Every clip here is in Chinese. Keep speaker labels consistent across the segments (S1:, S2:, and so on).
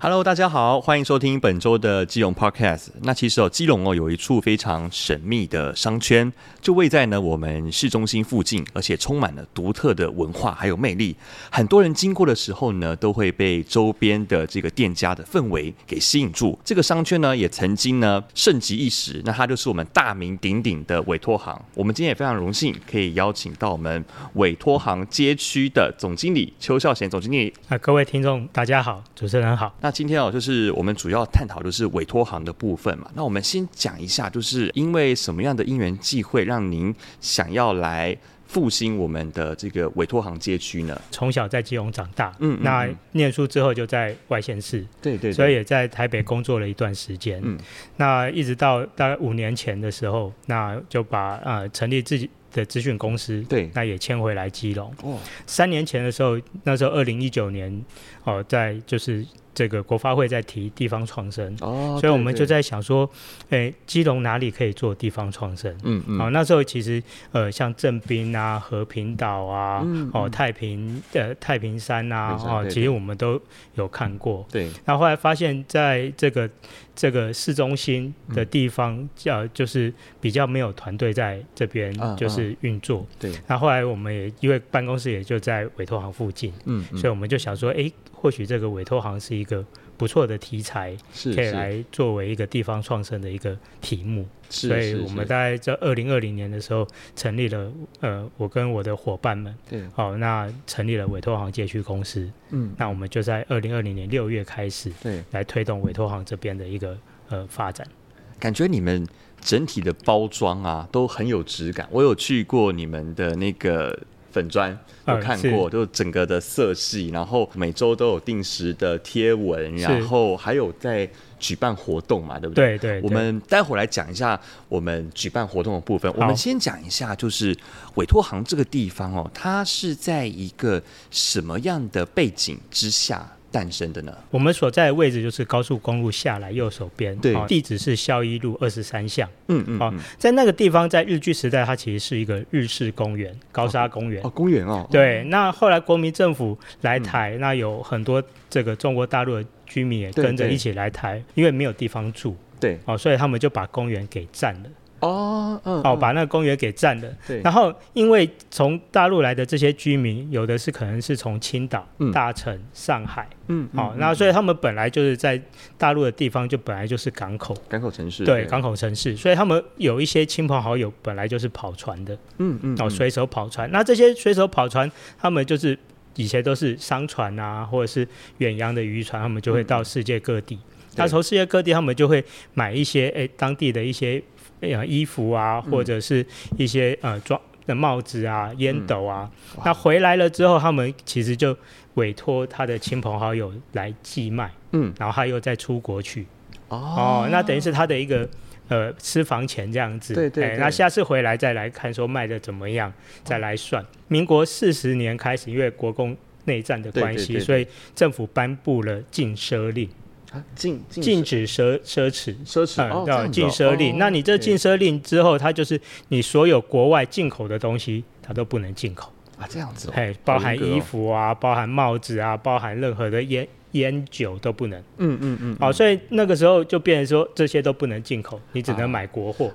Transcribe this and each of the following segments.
S1: Hello，大家好，欢迎收听本周的基隆 Podcast。那其实哦，基隆哦有一处非常神秘的商圈，就位在呢我们市中心附近，而且充满了独特的文化还有魅力。很多人经过的时候呢，都会被周边的这个店家的氛围给吸引住。这个商圈呢，也曾经呢盛极一时，那它就是我们大名鼎鼎的委托行。我们今天也非常荣幸可以邀请到我们委托行街区的总经理邱孝贤总经理
S2: 啊，各位听众大家好，主持人好。
S1: 那今天哦，就是我们主要探讨就是委托行的部分嘛。那我们先讲一下，就是因为什么样的因缘际会，让您想要来复兴我们的这个委托行街区呢？
S2: 从小在基隆长大，
S1: 嗯嗯
S2: 那
S1: 嗯
S2: 念书之后就在外县市，
S1: 对对
S2: 所以也在台北工作了一段时间。
S1: 嗯
S2: 那一直到大概五年前的时候，那就把呃成立自己的资讯公司，
S1: 对
S2: 那也迁回来基隆。
S1: 哦，
S2: 三年前的时候，那时候二零一九年，哦、在就是这个国发会在提地方创生，
S1: 哦，
S2: 所以我们
S1: 对
S2: 就，在想说，诶、基隆哪里可以做地方创生？
S1: 对嗯嗯，
S2: 哦，那时候其实呃，像正滨啊、和平岛啊、
S1: 嗯
S2: 哦太平呃太平山啊
S1: 太，平山
S2: 哦
S1: 对，
S2: 其实我们都有看过。
S1: 对，
S2: 然后后来发现，在这个这个市中心的地方，呃，就是比较没有团队在这边
S1: 嗯
S2: 就是运作。
S1: 对，
S2: 那、后来我们也因为办公室也就在委托行附近，
S1: 嗯，嗯
S2: 所以我们就想说，诶，或许这个委托行是一个不错的题材，
S1: 是
S2: 可以
S1: 是
S2: 来作为一个地方创生的一个题目。
S1: 是，
S2: 所以
S1: 是
S2: 我们
S1: 是
S2: 大概在二零二零年的时候成立了，呃，我跟我的伙伴们，
S1: 对，
S2: 好、那成立了委托行街区公司，
S1: 嗯，
S2: 那我们就在二零二零年六月开始
S1: 对，
S2: 来推动委托行这边的一个呃发展。
S1: 感觉你们整体的包装啊都很有质感。我有去过你们的那个粉砖，
S2: 嗯
S1: 有看
S2: 是
S1: 过，就整个的色系，然后每周都有定时的贴文，然后还有在举办活动嘛，对不对？
S2: 对对，
S1: 我
S2: 对
S1: 们待会儿来讲一下我们举办活动的部分。我
S2: 好
S1: 们先讲一下，就是委托行这个地方哦，它是在一个什么样的背景之下诞生的呢？
S2: 我们所在的位置就是高速公路下来右手边，
S1: 对
S2: 哦地址是孝一路二十三巷。
S1: 嗯嗯，
S2: 好
S1: 嗯
S2: 在那个地方，在日据时代，它其实是一个日式公园，高沙公园。
S1: 哦，公园哦，
S2: 对，那后来国民政府
S1: 嗯
S2: 来台，那有很多这个中国大陆的居民也
S1: 对
S2: 跟着
S1: 对
S2: 一起来台，因为没有地方住
S1: 对，
S2: 哦，所以他们就把公园给占了，
S1: 哦，嗯，
S2: 哦，
S1: 嗯
S2: 把那个公园给占了。
S1: 对，
S2: 然后，因为从大陆来的这些居民，有的是可能是从青岛、
S1: 嗯
S2: 大城、上海，
S1: 嗯，
S2: 哦，
S1: 嗯
S2: 那
S1: 嗯
S2: 所以他们本来就是在大陆的地方，就本来就是港口，
S1: 港口城市，
S2: 对，港口城市，所以他们有一些亲朋好友本来就是跑船的，
S1: 嗯嗯，
S2: 哦，
S1: 嗯
S2: 水手跑船。那这些水手跑船，他们就是以前都是商船啊，或者是远洋的渔船，他们就会到世界各地。
S1: 嗯
S2: 那从世界各地，他们就会买一些诶、当地的一些呃衣服啊，
S1: 嗯
S2: 或者是一些呃装的帽子啊、烟斗啊。
S1: 嗯哇
S2: 那回来了之后，他们其实就委托他的亲朋好友来寄卖，
S1: 嗯
S2: 然后他又再出国去。
S1: 哦
S2: 哦，那等于是他的一个呃私房钱这样子。
S1: 对对
S2: 哎
S1: 对哦
S2: 那下次回来再来看说卖的怎么样，再来算。民国四十年开始，因为国共内战的关系，
S1: 对对对对
S2: 所以政府颁布了禁奢令，
S1: 啊禁禁
S2: 禁止奢奢侈。啊
S1: 奢侈哦，这样子
S2: 禁
S1: 哦
S2: 奢令。
S1: 哦
S2: 那你这
S1: 对
S2: 禁奢令之后，它就是你所有国外进口的东西，它都不能进口，
S1: 啊这样子哦，
S2: 哎，包含
S1: 好严格哦
S2: 衣，服啊，包含帽子啊，包含任何的烟烟酒都不能。
S1: 嗯嗯嗯，
S2: 哦，所以那个时候就变成说这些都不能进口，你只
S1: 啊
S2: 能买国货。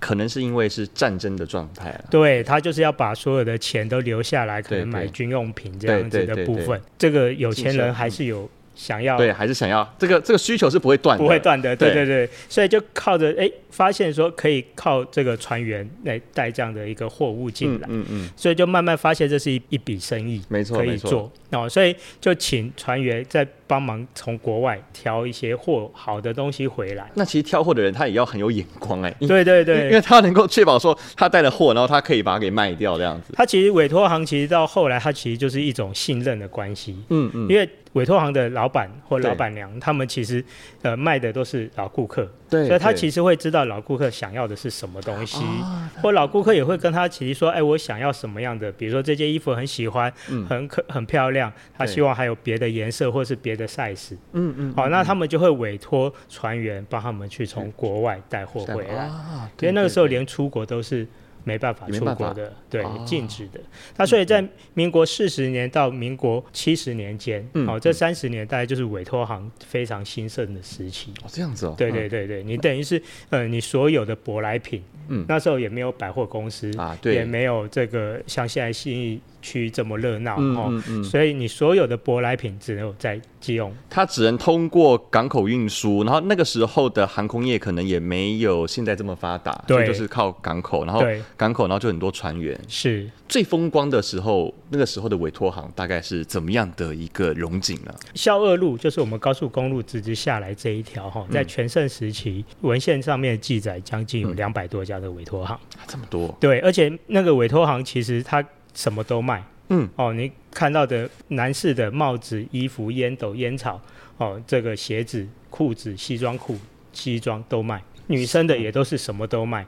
S1: 可能是因为是战争的状态了，
S2: 对他就是要把所有的钱都留下来，可
S1: 对
S2: 能买
S1: 对
S2: 军用品这
S1: 对
S2: 样子
S1: 对
S2: 的
S1: 对
S2: 部
S1: 对
S2: 分。这个有
S1: 竞
S2: 钱
S1: 争
S2: 人还是有想要
S1: 对，还是想要这个这个需求是不会断的，嗯
S2: 不会，断的，对
S1: 对
S2: 对对，所以就靠着哎，发现说可以靠这个船员来带这样的一个货物进
S1: 嗯
S2: 来，
S1: 嗯嗯，
S2: 所以就慢慢发现这是一一笔生意，
S1: 没错
S2: 可
S1: 没
S2: 以
S1: 错，
S2: 做哦，所以就请船员再帮忙从国外挑一些货好的东西回来。
S1: 那其实挑货的人他也要很有眼光哎，因
S2: 对对
S1: 因
S2: 对，
S1: 因为他能够确保说他带了货，然后他可以把它给卖掉这样子，
S2: 它其实委托行其实到后来，它其实就是一种信任的关系，
S1: 嗯嗯，
S2: 因为委托行的老板或
S1: 对
S2: 老板娘，他们其实呃卖的都是老顾客，
S1: 对，
S2: 所以他
S1: 对
S2: 其实会知道老顾客想要的是什么东西。
S1: 啊
S2: 或老顾客也会跟他其实说，哎，我想要什么样的？比如说这件衣服很喜欢，
S1: 嗯
S2: 很可很漂亮，他
S1: 对
S2: 希望还有别的颜色或是别的 size。
S1: 嗯嗯，
S2: 好、那他们就会委托船员帮他们去从国外带货
S1: 嗯
S2: 回来。
S1: 啊，
S2: 因为那个时候
S1: 对
S2: 连出国都是没办法
S1: 没
S2: 出
S1: 办
S2: 国
S1: 法
S2: 的，对
S1: 哦，嗯
S2: 禁止的。那所以在民国四十年到民国七十年间，
S1: 嗯
S2: 哦，这三十年大概就是委托行非常兴盛的时期。
S1: 哦，这样子哦，
S2: 对对对对，你等于是呃，你所有的舶来品，
S1: 嗯
S2: 那时候也没有百货公司
S1: 嗯，啊，对，
S2: 也没有这个像现在信义区这么热闹
S1: 嗯
S2: 哦，
S1: 嗯嗯，
S2: 所以你所有的舶来品只有在基隆。
S1: 它只能通过港口运输，然后那个时候的航空业可能也没有现在这么发达，
S2: 对
S1: 所以就是靠港口，然后
S2: 对，
S1: 港口，然后就很多船员。
S2: 是。
S1: 最风光的时候，那个时候的委托行大概是怎么样的一个荣景呢？
S2: 孝二路就是我们高速公路直直下来这一条
S1: 嗯
S2: 哈，在全盛时期，文献上面记载将近
S1: 嗯
S2: 有两百多家的委托行。
S1: 啊这么多，
S2: 对，而且那个委托行其实它什么都卖。
S1: 嗯，
S2: 哦，你看到的男士的帽子、衣服、烟斗、烟草，哦，这个鞋子、裤子、西装裤、西装都卖，女生的也都是什么都卖。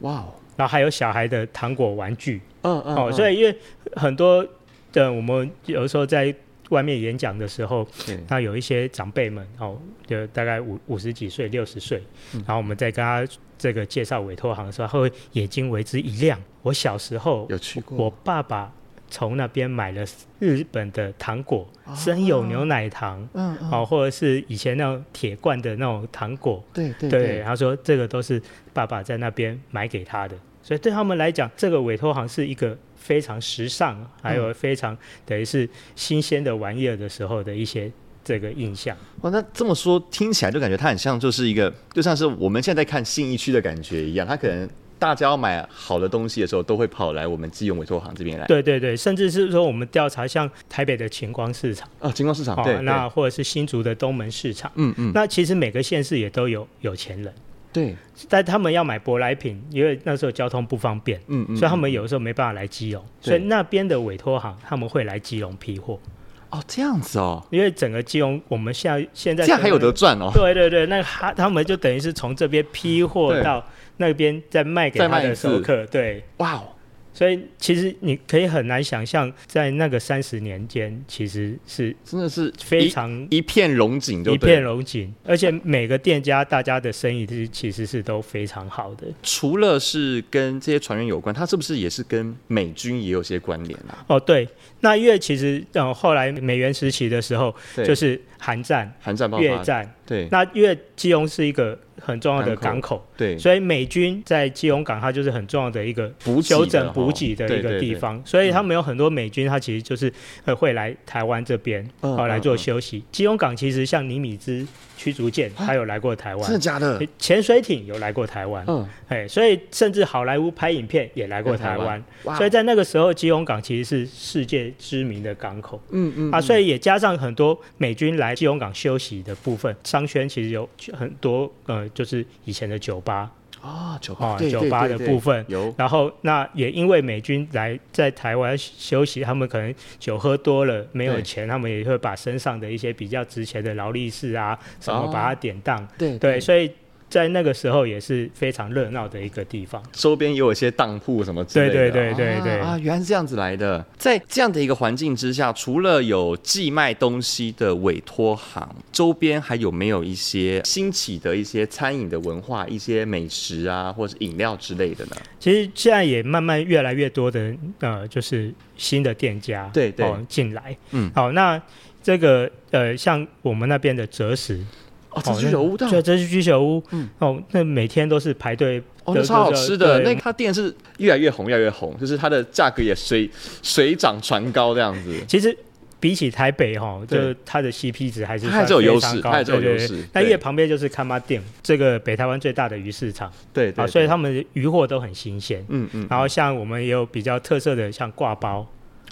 S1: 哇哦，
S2: 然后还有小孩的糖果、玩具，
S1: 嗯嗯，
S2: 哦，所
S1: 以
S2: 以因为很多的我们有时候在外面演讲的时候，那有一些长辈们哦，就大概五五十几岁、六十岁，
S1: 嗯
S2: 然后我们在跟他这个介绍委托行的时候，他会眼睛为之一亮。我小时候，
S1: 有去过，
S2: 我爸爸从那边买了日本的糖果，生有牛奶糖，
S1: 嗯哦嗯，
S2: 哦，或者是以前那种铁罐的那种糖果，
S1: 对对
S2: 对，，他说这个都是爸爸在那边买给他的，所以对他们来讲，这个委托行是一个非常时尚，还
S1: 嗯
S2: 有非常等于是新鲜的玩意儿的时候的一些这个印象。
S1: 哇，那这么说听起来就感觉它很像，就是一个就像是我们现在在看信义区的感觉一样，它可能大家要买好的东西的时候，都会跑来我们基隆委托行这边来。
S2: 对对对，甚至是说我们调查像台北的晴光市场，
S1: 啊，金光市场，
S2: 哦
S1: 对，对
S2: 那或者是新竹的东门市场，
S1: 嗯嗯，
S2: 那其实每个县市也都有有钱人，
S1: 对，
S2: 但他们要买舶来品，因为那时候交通不方便。
S1: 嗯嗯，
S2: 所以他们有的时候没办法来基隆，
S1: 对
S2: 所以那边的委托行他们会来基隆批货。
S1: 哦这样子哦，
S2: 因为整个基隆，我们现在现在
S1: 这样还有得赚哦，
S2: 对对对，那他他们就等于是从这边批货
S1: 对
S2: 到那边再卖给
S1: 再
S2: 他
S1: 卖一
S2: 的
S1: 次
S2: 熟客，对。
S1: 哇哦，
S2: 所以其实你可以很难想象，在那个三十年间，其实是
S1: 真的是
S2: 非
S1: 一
S2: 常
S1: 一片龙井就
S2: 一
S1: 对了
S2: 片龙井，而且每个店家大家的生意是其实是都非常好的。
S1: 除了是跟这些船员有关，它是不是也是跟美军也有些关联啊？
S2: 哦，对，那因为其实呃后来美元时期的时候，
S1: 对，
S2: 就是韩战、
S1: 韩战爆
S2: 越
S1: 发，
S2: 战，
S1: 对
S2: 那因为基隆是一个很重要的
S1: 港
S2: 港口。
S1: 对，
S2: 所以美军在基隆港，它就是很重要的一个
S1: 补给
S2: 修
S1: 的
S2: 整
S1: 哦
S2: 补给的一
S1: 对
S2: 个
S1: 对
S2: 地
S1: 对
S2: 方，所以他们有很多美军，他其实就是呃会来台湾这边
S1: 嗯
S2: 哦来
S1: 嗯
S2: 做
S1: 嗯
S2: 休息。基隆港其实像尼米兹驱逐舰，它有来过台
S1: 真的
S2: 湾，
S1: 假的？
S2: 潜水艇有来过台湾，
S1: 嗯，
S2: 哎，所以甚至好莱坞拍影片也来过
S1: 来台
S2: 台湾，
S1: 嗯哇，哦
S2: 所以在那个时候，基隆港其实是世界知名的港口。
S1: 嗯嗯
S2: 啊，所
S1: 以
S2: 以也加上很多美军来基隆港休息的部分，商圈其实有很多呃，就是以前的酒吧，
S1: 啊，酒吧
S2: 啊
S1: 对
S2: 酒
S1: 对
S2: 吧
S1: 对
S2: 的
S1: 对
S2: 部分。
S1: 有
S2: 然后，那也因为美军来在台湾休息，他们可能酒喝多了没有
S1: 对
S2: 钱，他们也会把身上的一些比较值钱的劳力士啊什么
S1: 哦
S2: 把它典当。
S1: 对
S2: 对，所以在那个时候也是非常热闹的一个地方。
S1: 周边也有一些当铺什么之类的。
S2: 对对对对对
S1: 啊啊，原来是这样子来的。在这样的一个环境之下，除了有寄卖东西的委托行，周边还有没有一些兴起的一些餐饮的文化、一些美食啊，或是饮料之类的呢？
S2: 其实现在也慢慢越来越多的呃，就是新的店家
S1: 对对
S2: 哦进来，
S1: 嗯
S2: 好、那这个呃，像我们那边的择食，
S1: 哦，
S2: 哦
S1: 这是有屋的
S2: 对，这是居酒屋，
S1: 嗯
S2: 哦，那每天都是排队，
S1: 哦，
S2: 对
S1: 那超好
S2: 对
S1: 吃的。
S2: 对
S1: 那它店是越来越红，越来越红，就是它的价格也水水涨船高这样子。
S2: 其实。比起台北哈，就
S1: 对
S2: 是它的 CP 值还是
S1: 它还是
S2: 算
S1: 有优
S2: 非常
S1: 势
S2: 高
S1: 它还是有
S2: 对
S1: 优
S2: 对
S1: 势
S2: 对那
S1: 对
S2: 因为旁边就是看妈店，这个北台湾最大的鱼市场
S1: 对对
S2: 啊，所以
S1: 对
S2: 他们的鱼货都很新鲜。
S1: 嗯嗯，
S2: 然后像我们也有比较特色的，像挂包，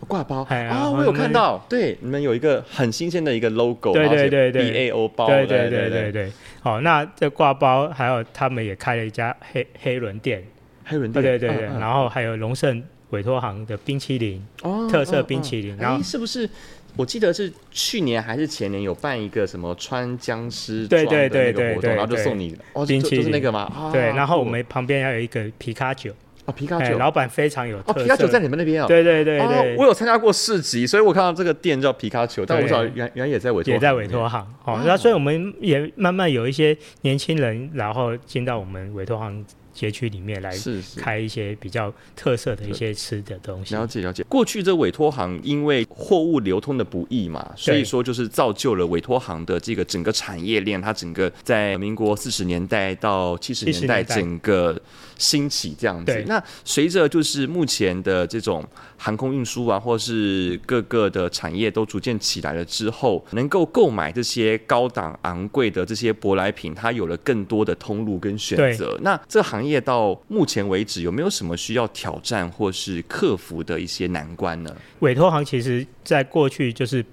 S1: 挂包
S2: 哎然
S1: 啊，
S2: 后
S1: 我有
S2: 那
S1: 看到，对，你们有一个很新鲜的一个 logo，
S2: 对对对对
S1: b A O 包，
S2: 对
S1: 对
S2: 对对对对，好，那这挂包还有他们也开了一家黑黑轮店，
S1: 还有人
S2: 对对对对，
S1: 嗯嗯
S2: 然后还有龙盛委托行的冰淇淋，
S1: 哦
S2: 特色冰淇淋然后
S1: 诶是不是？我记得是去年还是前年有办一个什么穿僵尸
S2: 对
S1: 装的那
S2: 对对
S1: 个活
S2: 对
S1: 动，
S2: 对
S1: 然后就送你哦，就
S2: 冰淇淋
S1: 就是那个嘛，啊
S2: 对，然后我
S1: 酷
S2: 们旁边还有一个皮卡丘，
S1: 哦皮卡
S2: 哎，
S1: 丘，
S2: 老板非常有
S1: 哦
S2: 特
S1: 皮卡丘在
S2: 色，
S1: 你们那边哦，
S2: 对对对
S1: 哦
S2: 对
S1: 我，有参加过市集，所以我看到这个店叫皮卡丘，但我不知道
S2: 对
S1: 原原来也在委托，
S2: 也在委托，行，哦
S1: 哦，
S2: 那所以我们也慢慢有一些年轻人，然后进到我们委托行街区里面来
S1: 是是。
S2: 开一些比较特色的一些吃的东西。
S1: 了解了解，过去这委托行因为货物流通的不易嘛，所以说就是造就了委托行的这个整个产业链，它整个在民国四十年代到七十年代
S2: 70年代
S1: 整个兴起这样子
S2: 对。
S1: 那随着就是目前的这种航空运输啊，或是各个的产业都逐渐起来了之后，能够购买这些高档昂贵的这些舶来品，它有了更多的通路跟选
S2: 对
S1: 择。呃那这个行业到目前为止有没有什么需要挑战或是克服的一些难关呢？
S2: 委托行其实在过去就是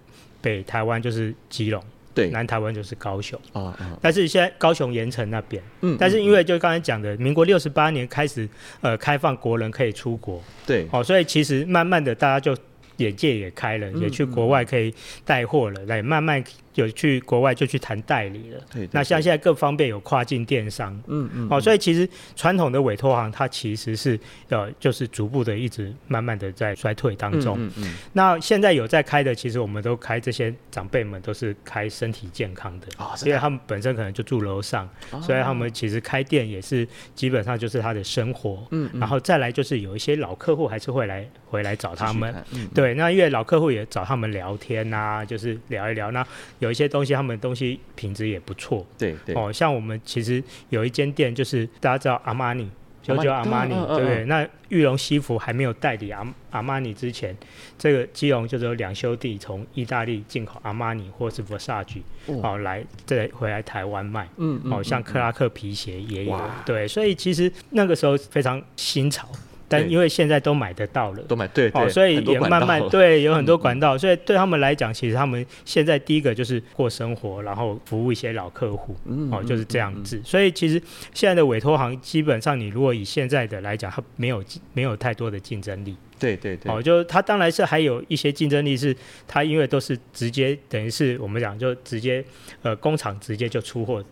S2: 北台湾就是基隆，
S1: 对啊
S2: 南台湾就是高雄，
S1: 啊，
S2: 但是现在高雄盐城那边，
S1: 嗯
S2: 但是因
S1: 为
S2: 为就刚才讲的，民国六十八年开始呃开放国人可以出国，
S1: 嗯对
S2: 哦，所以其实慢慢的大家就眼界也开了，
S1: 嗯
S2: 也去国外可以带货了，来慢慢有去国外就去谈代理了。
S1: 对，对
S2: 那像
S1: 对
S2: 现在更方便有跨境电商，
S1: 嗯嗯
S2: 哦，所以其实传统的委托行它其实是呃就是逐步的一直慢慢的在衰退当中。
S1: 嗯嗯嗯
S2: 那现在有在开的，其实我们都开这些长辈们都是开身体健康的。
S1: 啊，
S2: 因
S1: 这
S2: 为他们本身可能就住楼上，
S1: 哦
S2: 所以他们其实开店也是基本上就是他的生活，
S1: 嗯
S2: 然后再来就是有一些老客户还是会来回来找他们，
S1: 继续看嗯
S2: 对，那因为老客户也找他们聊天呐、就是聊一聊，那有一些东西他们东西品质也不错，
S1: 对对
S2: 哦，像我们其实有一间店，就是大家知道阿玛尼，就叫阿玛尼，
S1: 嗯嗯嗯
S2: 对不对？那玉龙西服还没有代理阿阿玛尼之前，这个基隆就只有两兄弟从意大利进口阿玛尼或是 Versace
S1: 哦
S2: 哦来再回来台湾卖。
S1: 嗯
S2: 哦，像克拉克皮鞋也有
S1: 哇，
S2: 对，所以其实那个时候非常新潮，但
S1: 对
S2: 因为现在都买得到了，
S1: 都买对
S2: 哦，
S1: 对，
S2: 所以
S1: 很多
S2: 也
S1: 管
S2: 慢
S1: 道嗯
S2: 慢
S1: 了
S2: 对有很多管道，所以对他们来讲，其实他们现在第一个就是过生活，然后服务一些老客户，
S1: 嗯
S2: 哦，就是这样
S1: 嗯嗯
S2: 子。所以其实现在的委托行，基本上你如果以现在的来讲，它没有没有太多的竞争力，
S1: 对对对
S2: 哦，就是它当然是还有一些竞争力是，它因为都是直接等于是我们讲就直接呃工厂直接就出货，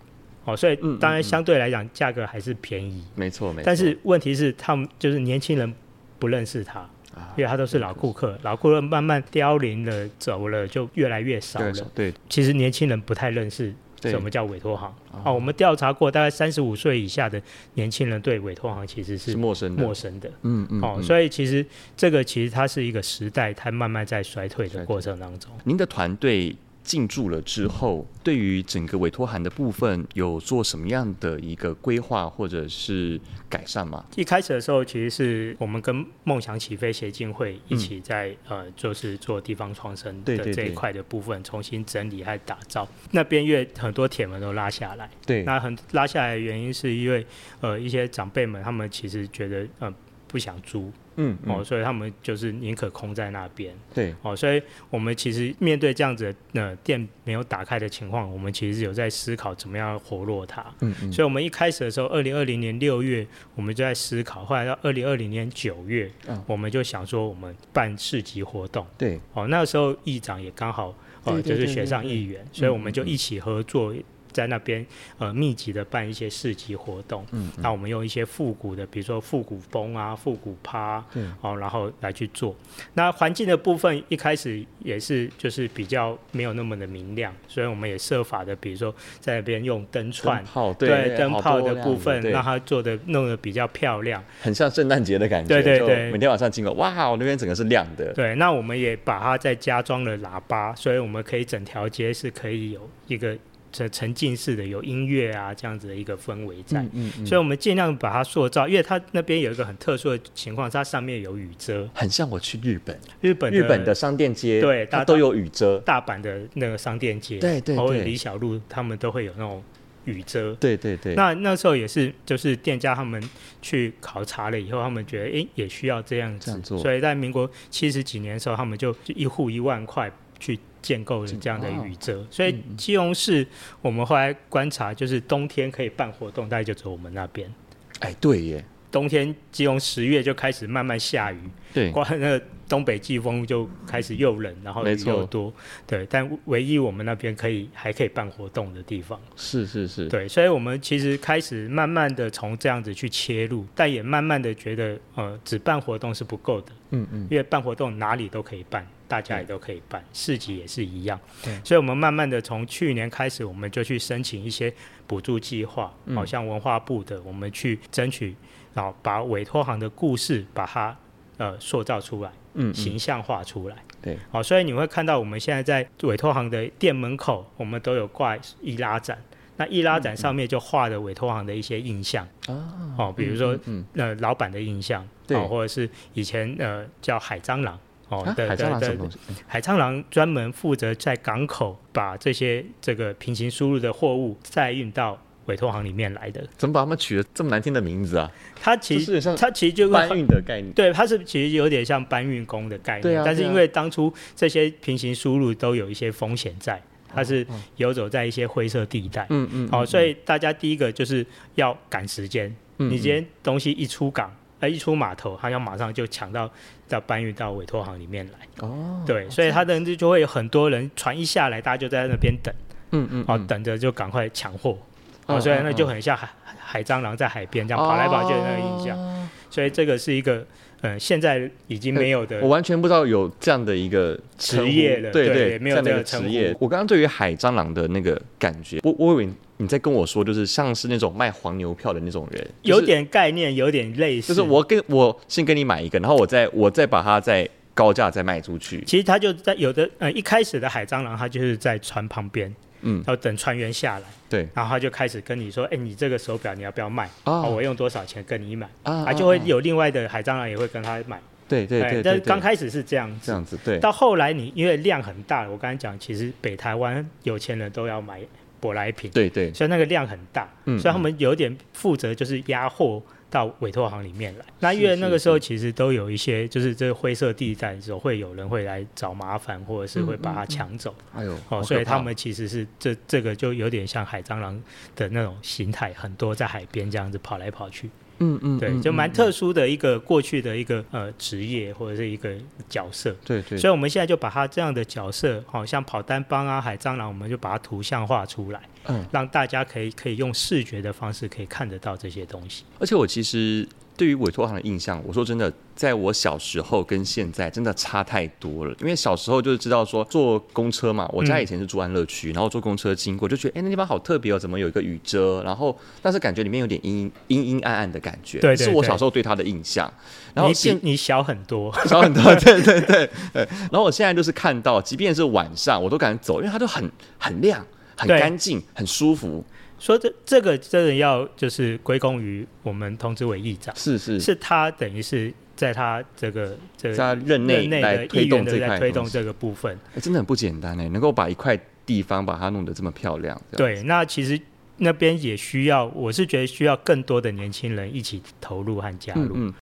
S2: 哦，所以
S1: 嗯嗯
S2: 当然
S1: 嗯
S2: 相对来讲价格还是便宜，
S1: 没错没错，
S2: 但是问题是他们就是年轻人不认识它。
S1: 啊
S2: 因为他都是老顾客，老顾客慢慢凋零了，走了就越来越少
S1: 对
S2: 了。
S1: 对
S2: 其实年轻人不太认识
S1: 对
S2: 什么叫委托行
S1: 哦
S2: 啊、我们调查过，大概三十五岁以下的年轻人对委托行其实
S1: 是
S2: 是
S1: 陌生的
S2: 陌生的。
S1: 嗯嗯
S2: 哦，
S1: 嗯
S2: 所以其实这个其实它是一个时代，它慢慢在衰退
S1: 衰退
S2: 的过程当中。
S1: 您的团队进驻了之后，对于整个委托函的部分有做什么样的一个规划或者是改善吗？
S2: 一开始的时候，其实是我们跟梦想起飞协进会一起在、呃，就是做地方创生
S1: 嗯对
S2: 的
S1: 对
S2: 这一
S1: 对
S2: 块的部分重新整理和打造。那边因为很多铁门都拉下来，
S1: 对
S2: 那很拉下来的原因是因为呃一些长辈们他们其实觉得呃不想租
S1: 嗯
S2: 哦，所以他们就是宁可空在那边
S1: 对，
S2: 哦，所以我们其实面对这样子的呃店没有打开的情况，我们其实有在思考怎么样活络它。
S1: 嗯嗯，
S2: 所以，我们一开始的时候，二零二零年六月，我们就在思考；后来到二零二零年九月，
S1: 嗯
S2: 我们就想说，我们办市集活动。
S1: 对，
S2: 哦，那时候议长也刚好
S1: 对
S2: 呃，
S1: 对
S2: 就是
S1: 对
S2: 选
S1: 对
S2: 上
S1: 对嗯
S2: 议员，所以我们就一起合作。在那边，呃，密集的办一些市集活动。
S1: 嗯，
S2: 那我们用一些复古的，比如说复古风啊、复古趴啊
S1: 对，
S2: 哦，然后来去做。那环境的部分一开始也是就是比较没有那么的明亮，所以我们也设法的，比如说在那边用灯串
S1: 灯，泡
S2: 对
S1: 对
S2: 灯
S1: 好
S2: 泡
S1: 多
S2: 的
S1: 亮
S2: 部
S1: 的
S2: 分，
S1: 对
S2: 让它做的弄得比较漂亮。
S1: 很像圣诞节的感觉，
S2: 对对
S1: 就
S2: 对
S1: 每天晚上经过，哇，我那边整个是亮的，
S2: 对，那我们也把它再加装了喇叭，所以我们可以整条街是可以有一个沉沉浸式的有音乐啊这样子的一个氛围在。
S1: 嗯嗯，
S2: 所以，我们尽量把它塑造，因为它那边有一个很特殊的情况，是它上面有雨遮。
S1: 很像我去日本，
S2: 日本的
S1: 日本的商店街，
S2: 对
S1: 它
S2: 大
S1: 都有雨遮，
S2: 大阪的那个商店街，
S1: 对对
S2: 偶尔
S1: 对
S2: 李小璐他们都会有那种雨遮。
S1: 对对对，
S2: 那那时候也是，就是店家他们去考察了以后，他们觉得诶也需要这样
S1: 这样
S2: 子，
S1: 做
S2: 所以在民国七十几年的时候，他们就一户一万块去建构了这样的雨遮。
S1: 哦
S2: 所
S1: 嗯
S2: 以基隆市我们后来观察，就是冬天可以办活动，大概就只有我们那边。
S1: 哎，对耶，
S2: 冬天基隆十月就开始慢慢下雨，
S1: 对，
S2: 刮那个东北季风就开始又冷，然后
S1: 没
S2: 雨
S1: 错
S2: 又多，对。但唯一我们那边可以还可以办活动的地方。
S1: 是是是，
S2: 对，所以我们其实开始慢慢的从这样子去切入，但也慢慢的觉得，呃，只办活动是不够的，
S1: 嗯嗯，
S2: 因为办活动哪里都可以办，大家也都可以办，市集也是一样
S3: 对。
S2: 所以，我们慢慢的从去年开始，我们就去申请一些补助计划，
S1: 嗯
S2: 好、像文化部的，我们去争取，然后把委托行的故事把它呃塑造出来，
S1: 嗯
S2: 形象化出来。
S1: 对，
S2: 好、所以你会看到我们现在在委托行的店门口，我们都有挂易拉展。那易拉展上面就画的委托行的一些印象，
S1: 嗯啊，
S2: 哦，比如说、
S1: 嗯
S2: 呃老板的印象，
S1: 对
S2: 哦，或者是以前呃叫海蟑螂，哦，
S1: 啊
S2: 对
S1: 海蟑螂
S2: 对
S1: 什么
S2: 对
S1: 东西？嗯
S2: 海蟑螂专门负责在港口把这些这个平行输入的货物再运到委托行里面来的。
S1: 怎么把他们取了这么难听的名字啊？
S2: 它其
S1: 就是很
S2: 实
S1: 像
S2: 它其实就
S1: 搬
S2: 跟
S1: 运的概念。
S2: 对，它是其实有点像搬运工的概念，
S1: 对啊
S2: 但是
S1: 对啊
S2: 因为当初这些平行输入都有一些风险在，它是
S1: 哦
S2: 游走在一些灰色地带。
S1: 嗯嗯，
S2: 好、所以大家第一个就是要赶时间，
S1: 嗯
S2: 你今天东西一出港，呃，一出码头，它要马上就抢到到搬运到委托行里面来。
S1: 哦，
S2: 对，所以它的就就会有很多人船一下来，大家就在那边等，
S1: 嗯嗯，
S2: 哦，等着就赶快抢货。
S1: 嗯
S2: 哦，所以那
S1: 嗯哦
S2: 就很像海海蟑螂在海边这样跑来跑去的那个印象，
S1: 象。
S2: 所以这个是一个嗯、呃现在已经没有的
S1: 我完全不知道有这样的一个
S2: 职
S1: 称呼
S2: 业了
S1: 对
S2: 对
S1: 对，
S2: 也没有
S1: 这样的
S2: 这
S1: 一个
S2: 个称
S1: 职
S2: 呼
S1: 业。我刚刚对于海蟑螂的那个感觉，我我以为你在跟我说，就是像是那种卖黄牛票的那种人，就是
S2: 有点概念，有点类似。
S1: 就是我跟我先跟你买一个，然后我再我再把它再高价再卖出去。
S2: 其实它就在有的呃一开始的海蟑螂，它就是在船旁边，
S1: 嗯
S2: 然后等船员下来，
S1: 对
S2: 然后他就开始跟你说，哎、你这个手表你要不要卖？哦
S1: 啊
S2: 我用多少钱跟你买？
S1: 啊
S2: 啊，就会有另外的海蟑螂也会跟他买。
S1: 对对
S2: 哎
S1: 对
S2: 但
S1: 对，
S2: 是刚
S1: 对
S2: 开始是这样
S1: 这
S2: 子，
S1: 样子对。
S2: 到后来你因为量很大，我刚才讲，其实北台湾有钱人都要买舶来品，
S1: 对对，
S2: 所以那个量很大，
S1: 嗯
S2: 所以他们有点负责就是压货到委托行里面来。那
S1: 是
S2: 因为那
S1: 是
S2: 个时候
S1: 是
S2: 其实都有一些就是这个灰色地带的时候，会有人会来找麻烦，或者是
S1: 嗯
S2: 会把它抢走。
S1: 哎呦，好
S2: 哦，
S1: 可
S2: 所以他
S1: 怕
S2: 们其实是这这个就有点像海蟑螂的那种形态，很多在海边这样子跑来跑去，
S1: 嗯嗯，
S2: 对，
S1: 嗯
S2: 就
S1: 嗯
S2: 蛮特殊的一个过去的一个呃职业或者是一个角色。
S1: 对对，
S2: 所以我们现在就把它这样的角色，好、像跑单帮啊、海蟑螂，我们就把它图像化出来，
S1: 嗯
S2: 让大家可以可以用视觉的方式可以看得到这些东西。
S1: 而且我其实对于委托行的印象，我说真的，在我小时候跟现在真的差太多了。因为小时候就是知道说坐公车嘛，我家以前是住安乐区，然后坐公车经过就觉得，哎、那地方好特别哦，怎么有一个雨遮？然后但是感觉里面有点阴阴阴暗暗的感觉，
S2: 对对
S1: 是我
S2: 对
S1: 小时候对它的印象。然后
S2: 你
S1: 现
S2: 比你小很多，
S1: 少很多， 对对对对。然后我现在就是看到，即便是晚上，我都敢走，因为它都很很亮、很
S2: 对
S1: 干净、很舒服。
S2: 说这这个真的要就是归功于我们通知委议长，
S1: 是是，
S2: 是他等于是在他这个这个
S1: 在任内
S2: 任内
S1: 来
S2: 的
S1: 推
S2: 议
S1: 动
S2: 员
S1: 这
S2: 的
S1: 块
S2: 在推
S1: 东
S2: 动
S1: 西
S2: 这个部分。
S1: 欸真的很不简单哎，能够把一块地方把它弄得这么漂亮，这样
S2: 对，那其实那边也需要，我是觉得需要更多的年轻人一起投入和加入。
S1: 嗯嗯。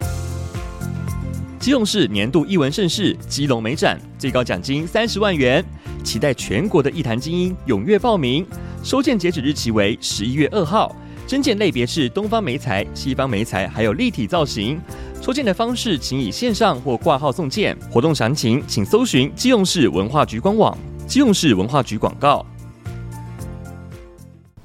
S1: 嗯基隆市年度艺文盛事基隆美展，最高奖金三十万元，期待全国的艺坛精英踊跃报名。收件截止日期为十一月二号，征件类别是东方梅材、西方梅材，还有立体造型。抽件的方式，请以线上或挂号送件。活动详情，请搜寻基隆市文化局官网、基隆市文化局广告。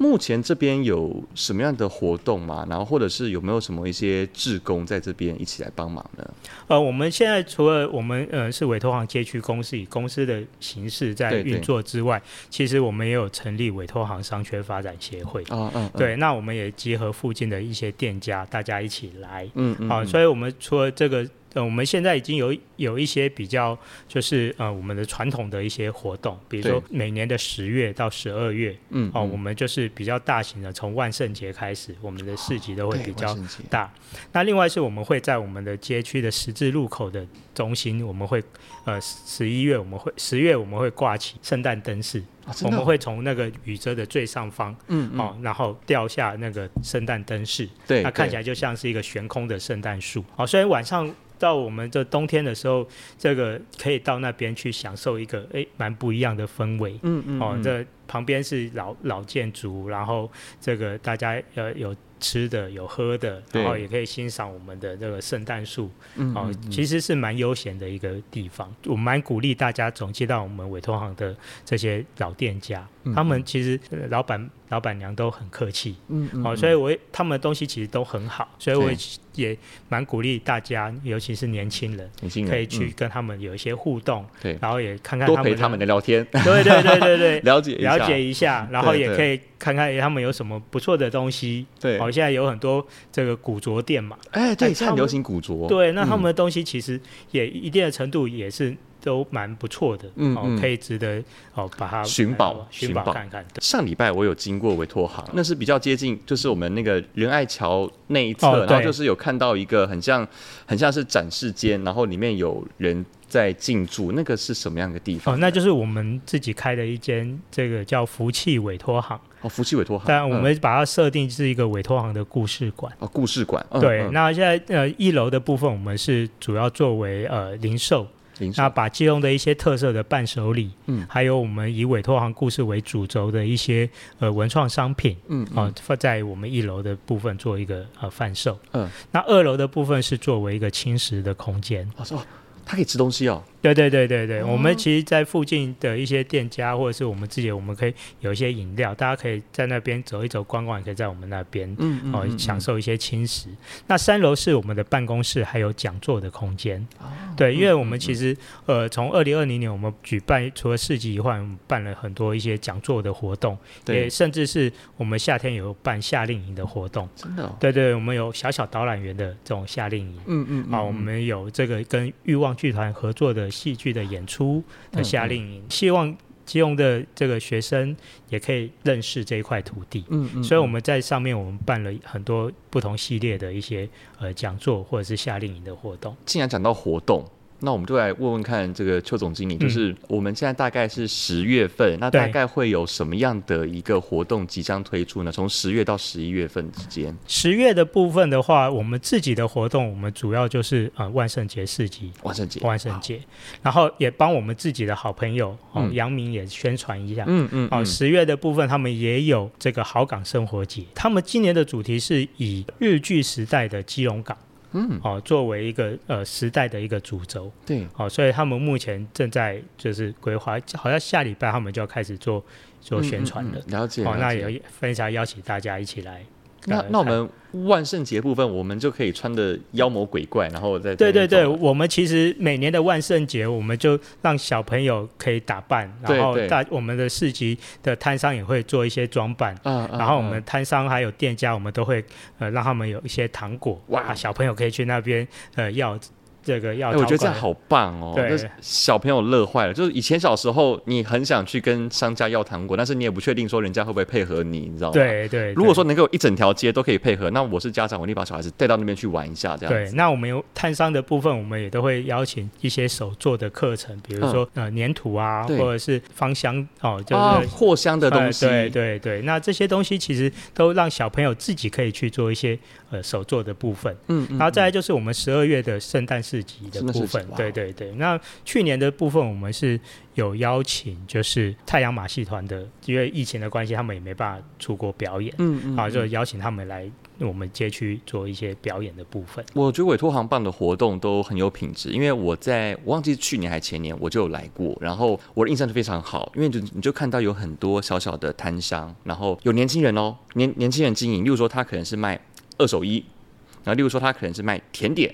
S1: 目前这边有什么样的活动吗？然后或者是有没有什么一些志工在这边一起来帮忙呢？
S2: 呃，我们现在除了我们呃是委托行街区公司以公司的形式在
S1: 对对
S2: 运作之外，其实我们也有成立委托行商圈发展协会。
S1: 啊，嗯，
S2: 对，那我们也集合附近的一些店家，大家一起来。
S1: 嗯，嗯
S2: 啊，所以我们除了这个，呃，我们现在已经有有一些比较，就是呃，我们的传统的一些活动，比如说每年的十月到十二月，
S1: 嗯
S2: 哦、
S1: 嗯
S2: 我们就是比较大型的，从万圣节开始，我们的市集都会
S1: 哦对
S2: 比
S1: 万
S2: 较
S1: 圣节
S2: 大。那另外是我们会在我们的街区的十字路口的中心，我们会呃十一月我们会十月我们会挂起圣诞灯饰，
S1: 啊真
S2: 我
S1: 的哦
S2: 们会从那个雨遮的最上方，
S1: 嗯嗯
S2: 哦，然后掉下那个圣诞灯饰，
S1: 对
S2: 它看起
S1: 来
S2: 来就像是一个悬空的圣诞树。哦，所以晚上到我们这冬天的时候，这个可以到那边去享受一个诶蛮不一样的氛围。
S1: 嗯嗯
S2: 哦，
S1: 嗯
S2: 这旁边是老老建筑，然后这个大家呃有吃的有喝的，
S1: 对
S2: 然后也可以欣赏我们的这个圣诞树。
S1: 嗯
S2: 哦
S1: 嗯，
S2: 其实是蛮悠闲的一个地方。我蛮鼓励大家总接到我们委托行的这些老店家，他们其实呃老板老板娘都很客气，
S1: 嗯嗯
S2: 哦，所以我也他们的东西其实都很好，所以我也也蛮鼓励大家，尤其是年轻人，
S1: 年轻人
S2: 可以去跟他们有一些互动，
S1: 嗯对
S2: 然后也看看
S1: 嗯多
S2: 他们
S1: 陪
S2: 的
S1: 他们聊聊天，
S2: 对对对对对，
S1: 了解一下
S2: 了解一下，然后
S1: 对
S2: 也
S1: 对
S2: 可以看看诶他们有什么不错的东西。
S1: 对
S2: 哦，现在有很多这个古着店嘛，
S1: 哎，对，
S2: 哎
S1: 现在
S2: 他
S1: 很
S2: 们
S1: 流行古着，
S2: 对，那
S1: 嗯
S2: 他们的东西其实也一定的程度也是都蛮不错的，
S1: 嗯
S2: 哦
S1: 嗯，
S2: 可以值得哦把它
S1: 寻宝
S2: 寻
S1: 寻
S2: 宝
S1: 宝
S2: 看看。对
S1: 上礼拜我有经过委托行，那是比较接近，就是我们那个仁爱桥那一侧，
S2: 哦对
S1: 然后就是有看到一个很像很像是展示间，然后里面有人在进驻，那个是什么样的地方
S2: 哦，？那就是我们自己开的一间这个叫福气委托行，
S1: 哦，福气委托行，
S2: 但我
S1: 嗯、
S2: 们把它设定是一个委托行的故事馆。
S1: 哦故事馆，嗯、
S2: 对，
S1: 嗯
S2: 那现在呃一楼的部分我们是主要作为呃零售
S1: 零售
S2: 那把基隆的一些特色的伴手礼，
S1: 嗯
S2: 嗯，还有我们以委托行故事为主轴的一些呃文创商品，
S1: 嗯
S2: 啊、放在我们一楼的部分做一个呃贩售，
S1: 嗯
S2: 嗯，那二楼的部分是作为一个轻食的空间。
S1: 我说、哦、他可以吃东西哦，
S2: 对对对对对，我们其实，在附近的一些店家或者是我们自己，我们可以有一些饮料，大家可以在那边走一走、逛逛，也可以在我们那边。
S1: 嗯
S2: 哦，享受一些轻食。那三楼是我们的办公室，还有讲座的空间。
S1: 哦
S2: 对，因为
S1: 嗯
S2: 我们其实呃，从二零二零年我们举办除了市集以外，我们办了很多一些讲座的活动，也
S1: 对，
S2: 甚至是我们夏天有办夏令营的活动。
S1: 真的、哦，
S2: 对对，我们有小小导览员的这种夏令营。
S1: 嗯嗯
S2: 啊，我们有这个跟欲望剧团合作的戏剧的演出
S1: 嗯
S2: 的夏令营，希望基隆的这个学生也可以认识这一块土地。
S1: 嗯嗯，
S2: 所以我们在上面我们办了很多不同系列的一些呃讲座或者是夏令营的活动。
S1: 既然讲到活动，那我们就来问问看这个邱总经理，就是我们现在大概是十月份，那
S2: 嗯对
S1: 大概会有什么样的一个活动即将推出呢？从十月到十一月份之间，
S2: 十月的部分的话，我们自己的活动我们主要就是呃万圣节市集。
S1: 万圣节，
S2: 万圣节，然后也帮我们自己的好朋友哦
S1: 嗯，
S2: 杨、明也宣传一下。
S1: 嗯嗯，
S2: 哦，
S1: 嗯
S2: 十月的部分，他们也有这个好港生活节。他们今年的主题是以日据时代的基隆港，
S1: 嗯，
S2: 哦，作为一个呃时代的一个主轴。
S1: 对，
S2: 哦，所以他们目前正在就是规划，好像下礼拜他们就要开始做做宣传了
S1: 嗯。嗯嗯了解，
S2: 哦，
S1: 了
S2: 那
S1: 解
S2: 也非常邀请大家一起来。
S1: 那
S2: 呃
S1: 那我
S2: 看
S1: 们万圣节部分，我们就可以穿的妖魔鬼怪，然后再
S2: 对对对，
S1: 再
S2: 我们其实每年的万圣节，我们就让小朋友可以打扮，
S1: 对
S2: 然后
S1: 对
S2: 大我们的市集的摊商也会做一些装扮。
S1: 啊啊，
S2: 然后我
S1: 啊
S2: 们摊商还有店家，我们都会呃让他们有一些糖果，
S1: 哇
S2: 啊小朋友可以去那边呃要这个要
S1: 哎
S2: 讨
S1: 我
S2: 管。
S1: 觉得这样好棒哦！
S2: 对
S1: 就是小朋友乐坏了。就是以前小时候，你很想去跟商家要糖果，但是你也不确定说人家会不会配合你，你知道吗？。
S2: 对对。
S1: 啊如果
S2: 对
S1: 说能够一整条街都可以配合，那我是家长，我一定把小孩子带到那边去玩一下，这样
S2: 对，
S1: 子。
S2: 那我们有摊商的部分，我们也都会邀请一些手做的课程，比如说、呃粘土啊，
S1: 嗯对
S2: 或者是芳香哦，就是、
S1: 啊，扩香的东
S2: 呃
S1: 西，
S2: 对对对，那这些东西其实都让小朋友自己可以去做一些呃手做的部分。
S1: 嗯嗯
S2: 然后再来就是我们十二月的圣诞市集的
S1: 圣诞市集
S2: 部分
S1: 哇，
S2: 对对对。那去年的部分我们是有邀请，就是太阳马戏团的，因为疫情的关系，他们也没办法出国表演，
S1: 嗯嗯。
S2: 啊，就邀请他们来我们街区做一些表演的部分。
S1: 我觉得委托行办的活动都很有品质，因为我在我忘记去年还前年我就有来过，然后我的印象就非常好，因为就你就看到有很多小小的摊商，然后有年轻人哦，年年轻人经营，例如说他可能是卖二手衣，然后例如说他可能是卖甜点，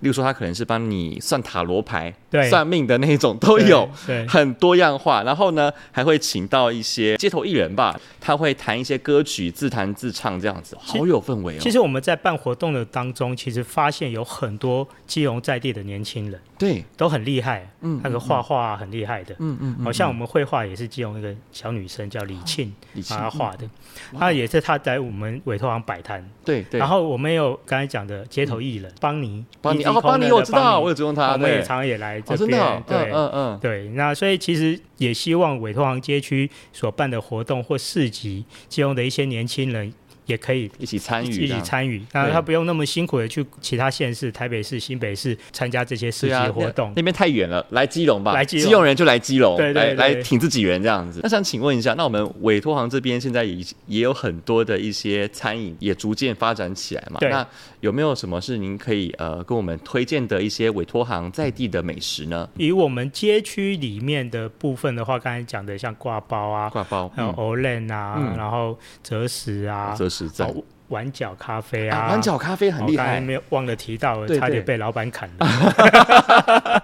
S1: 例如说他可能是帮你算塔罗牌、
S2: 对
S1: 算命的那一种都有，
S2: 对，对
S1: 很多样化，然后呢，还会请到一些街头艺人吧，他会弹一些歌曲，自弹自唱这样子，
S2: 其
S1: 好有氛 围哦。
S2: 其实我们在办活动的当中，其实发现有很多基隆在地的年轻人
S1: 对，
S2: 都很厉害，
S1: 嗯
S2: 那个画画很厉害的，
S1: 嗯嗯嗯，
S2: 好像我们绘画也是基隆一个小女生叫李庆
S1: 李
S2: 帮她
S1: 沁嗯
S2: 画的，她也是她在我们委托行摆摊，
S1: 对对，
S2: 然后我们有刚才讲的街头艺人邦尼，
S1: 帮你
S2: 一级
S1: 哦，
S2: 空
S1: 帮
S2: 的
S1: 你，
S2: 的
S1: 我知道，
S2: 邦尼
S1: 我有追踪
S2: 啊
S1: 他，
S2: 我们也
S1: 对，
S2: 常也来
S1: 哦，
S2: 这
S1: 真的哦
S2: 边，，
S1: 嗯
S2: 对。
S1: 嗯嗯，
S2: 对，那所以其实也希望委托行街区所办的活动或市集，基隆的一些年轻人也可以
S1: 一起参与这
S2: 一起
S1: 样，
S2: 参与，那
S1: 对
S2: 他不用那么辛苦的去其他县市，台北市、新北市参加这些市
S1: 对
S2: 集
S1: 啊，
S2: 活动
S1: 那。那边太远了，来基隆吧，
S2: 来基隆
S1: 人就来基隆，
S2: 对
S1: 来
S2: 对
S1: 来
S2: 对
S1: 挺自己人这样子。那想请问一下，那我们委托行这边现在也也有很多的一些餐饮也逐渐发展起来嘛，
S2: 对
S1: 那有没有什么是您可以呃跟我们推荐的一些委托行在地的美食呢？
S2: 以我们街区里面的部分的话，刚才讲的像挂包啊，
S1: 挂包，
S2: 还有
S1: 嗯，
S2: o l e n 啊，
S1: 嗯
S2: 然后择食啊，
S1: 则实在
S2: 哦，碗角咖啡
S1: 啊
S2: 啊，
S1: 碗角咖啡
S2: 哦
S1: 很厉
S2: 刚才
S1: 害，
S2: 没有忘了提到，
S1: 对
S2: 差点
S1: 对
S2: 被老板 砍了。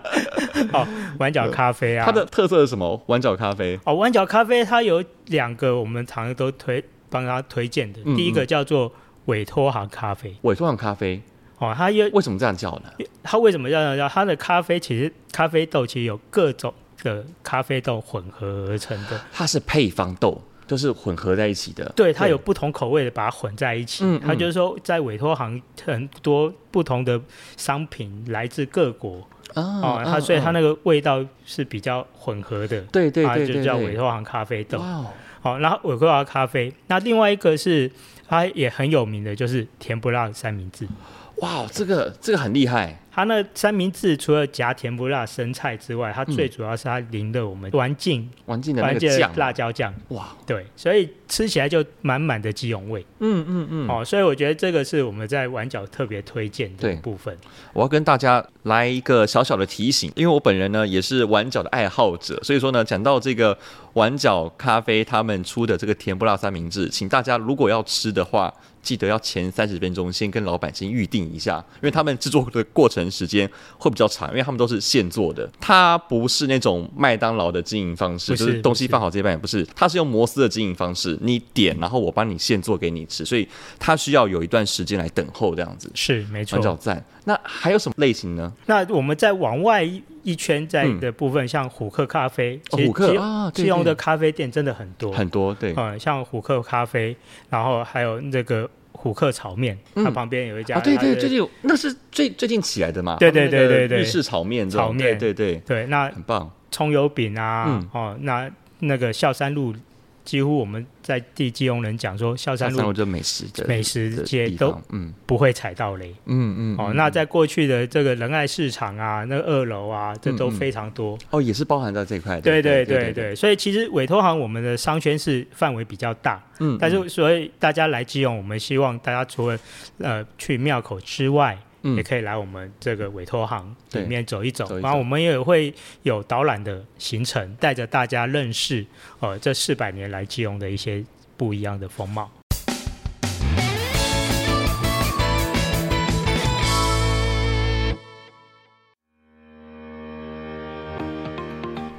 S2: 哦，碗角咖啡啊，
S1: 它的特色是什么？碗角咖啡，
S2: 哦，弯角咖啡它有两个我们常常都推帮他推荐的，
S1: 嗯
S2: 第一个叫做委托行咖啡。
S1: 委托行咖啡
S2: 哦，它有
S1: 为什么这样叫呢？
S2: 它为什么要这样叫？它的咖啡其实咖啡豆其实有各种的咖啡豆混合而成的，
S1: 它是配方豆，就是混合在一起的，
S2: 对，它有不同口味的把它混在一起。
S1: 嗯嗯
S2: 它就是说，在委托行很多不同的商品来自各国
S1: 啊，
S2: 哦，
S1: 啊
S2: 它所以它
S1: 啊
S2: 那个味道是比较混合的。
S1: 对对
S2: 啊，
S1: 对
S2: 就
S1: 对
S2: 叫
S1: 对
S2: 委托行咖啡豆。
S1: 哇哦，
S2: 好、然后委克华咖啡，那另外一个是它也很有名的，就是甜不辣三明治。
S1: 哇，哦这个这个很厉害，
S2: 它那三明治除了夹甜不辣生菜之外，
S1: 嗯
S2: 它最主要是它淋的我们丸净
S1: 王静的那
S2: 丸净
S1: 个
S2: 的
S1: 酱，
S2: 辣椒酱，
S1: 哇，
S2: 对，所以吃起来就满满的鸡茸味、
S1: 嗯嗯嗯，
S2: 哦。所以我觉得这个是我们在碗角特别推荐
S1: 对
S2: 的部分。
S1: 我要跟大家来一个小小的提醒，因为我本人呢也是碗饺的爱好者，所以说呢，讲到这个碗饺咖啡他们出的这个甜不辣三明治，请大家如果要吃的话，记得要前三十分钟先跟老板先预定一下，因为他们制作的过程时间会比较长，因为他们都是现做的，它不是那种麦当劳的经营方式，
S2: 不是
S1: 就是东西
S2: 不是
S1: 放好直接卖，不是，它是用摩斯的经营方式，你点然后我帮你现做给你吃，所以它需要有一段时间来等候这样子。
S2: 是没错
S1: 碗。饺赞，那还有什么类型呢？
S2: 那我们再往外一圈在的部分，像虎克咖啡，
S1: 嗯哦
S2: 其实
S1: 虎克
S2: 基
S1: 啊对
S2: 基隆
S1: 对
S2: 的咖啡店真的很多，
S1: 很多对，
S2: 嗯，像虎克咖啡，然后还有那个虎克炒面，它
S1: 嗯
S2: 旁边有一家，
S1: 啊对
S2: 它
S1: 对，
S2: 的
S1: 最近有那是最最近起来的嘛？
S2: 对
S1: 他们
S2: 对
S1: 那个
S2: 对对对
S1: 日式炒面这种，
S2: 炒面
S1: 对对
S2: 对，那
S1: 对，很棒。
S2: 葱油饼啊，
S1: 嗯
S2: 哦，那那个孝山路，几乎我们在地基隆人讲说孝山
S1: 三三
S2: 路
S1: 楼就美食的
S2: 美食
S1: 的
S2: 街
S1: 地
S2: 都
S1: 方嗯
S2: 不会踩到雷。
S1: 嗯嗯
S2: 哦，
S1: 嗯
S2: 那在过去的这个仁爱市场啊，那二楼啊，这都
S1: 嗯嗯
S2: 非常多。
S1: 哦也是包含在这一块的，
S2: 对对
S1: 对
S2: 对对，所以其实委托行我们的商圈是范围比较大，
S1: 嗯，
S2: 但
S1: 嗯
S2: 是所以大家来基隆，我们希望大家除了呃去庙口之外，
S1: 嗯
S2: 也可以来我们这个委托行
S1: 对
S2: 里面走一走
S1: 走一，走
S2: 然后我们也会有导览的行程，带着大家认识呃这四百年来基隆的一些不一样的风貌。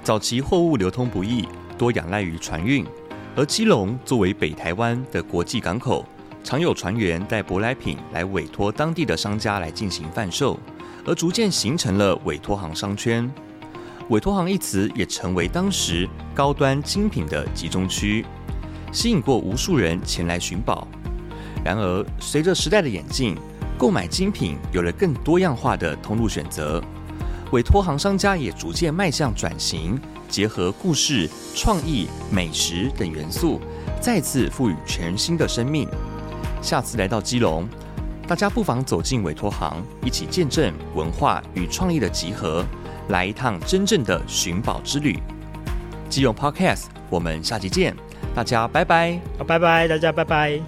S1: 早期货物流通不易，多仰赖于船运，而基隆作为北台湾的国际港口，常有船员带舶来品来委托当地的商家来进行贩售，而逐渐形成了委托行商圈。委托行一词也成为当时高端精品的集中区，吸引过无数人前来寻宝。然而，随着时代的演进，购买精品有了更多样化的通路选择。委托行商家也逐渐迈向转型，结合故事、创意、美食等元素，再次赋予全新的生命。下次来到基隆，大家不妨走进委托行，一起见证文化与创意的集合，来一趟真正的寻宝之旅。基隆 Podcast，我们下期见，大家拜拜。
S2: 好，拜拜，大家拜拜。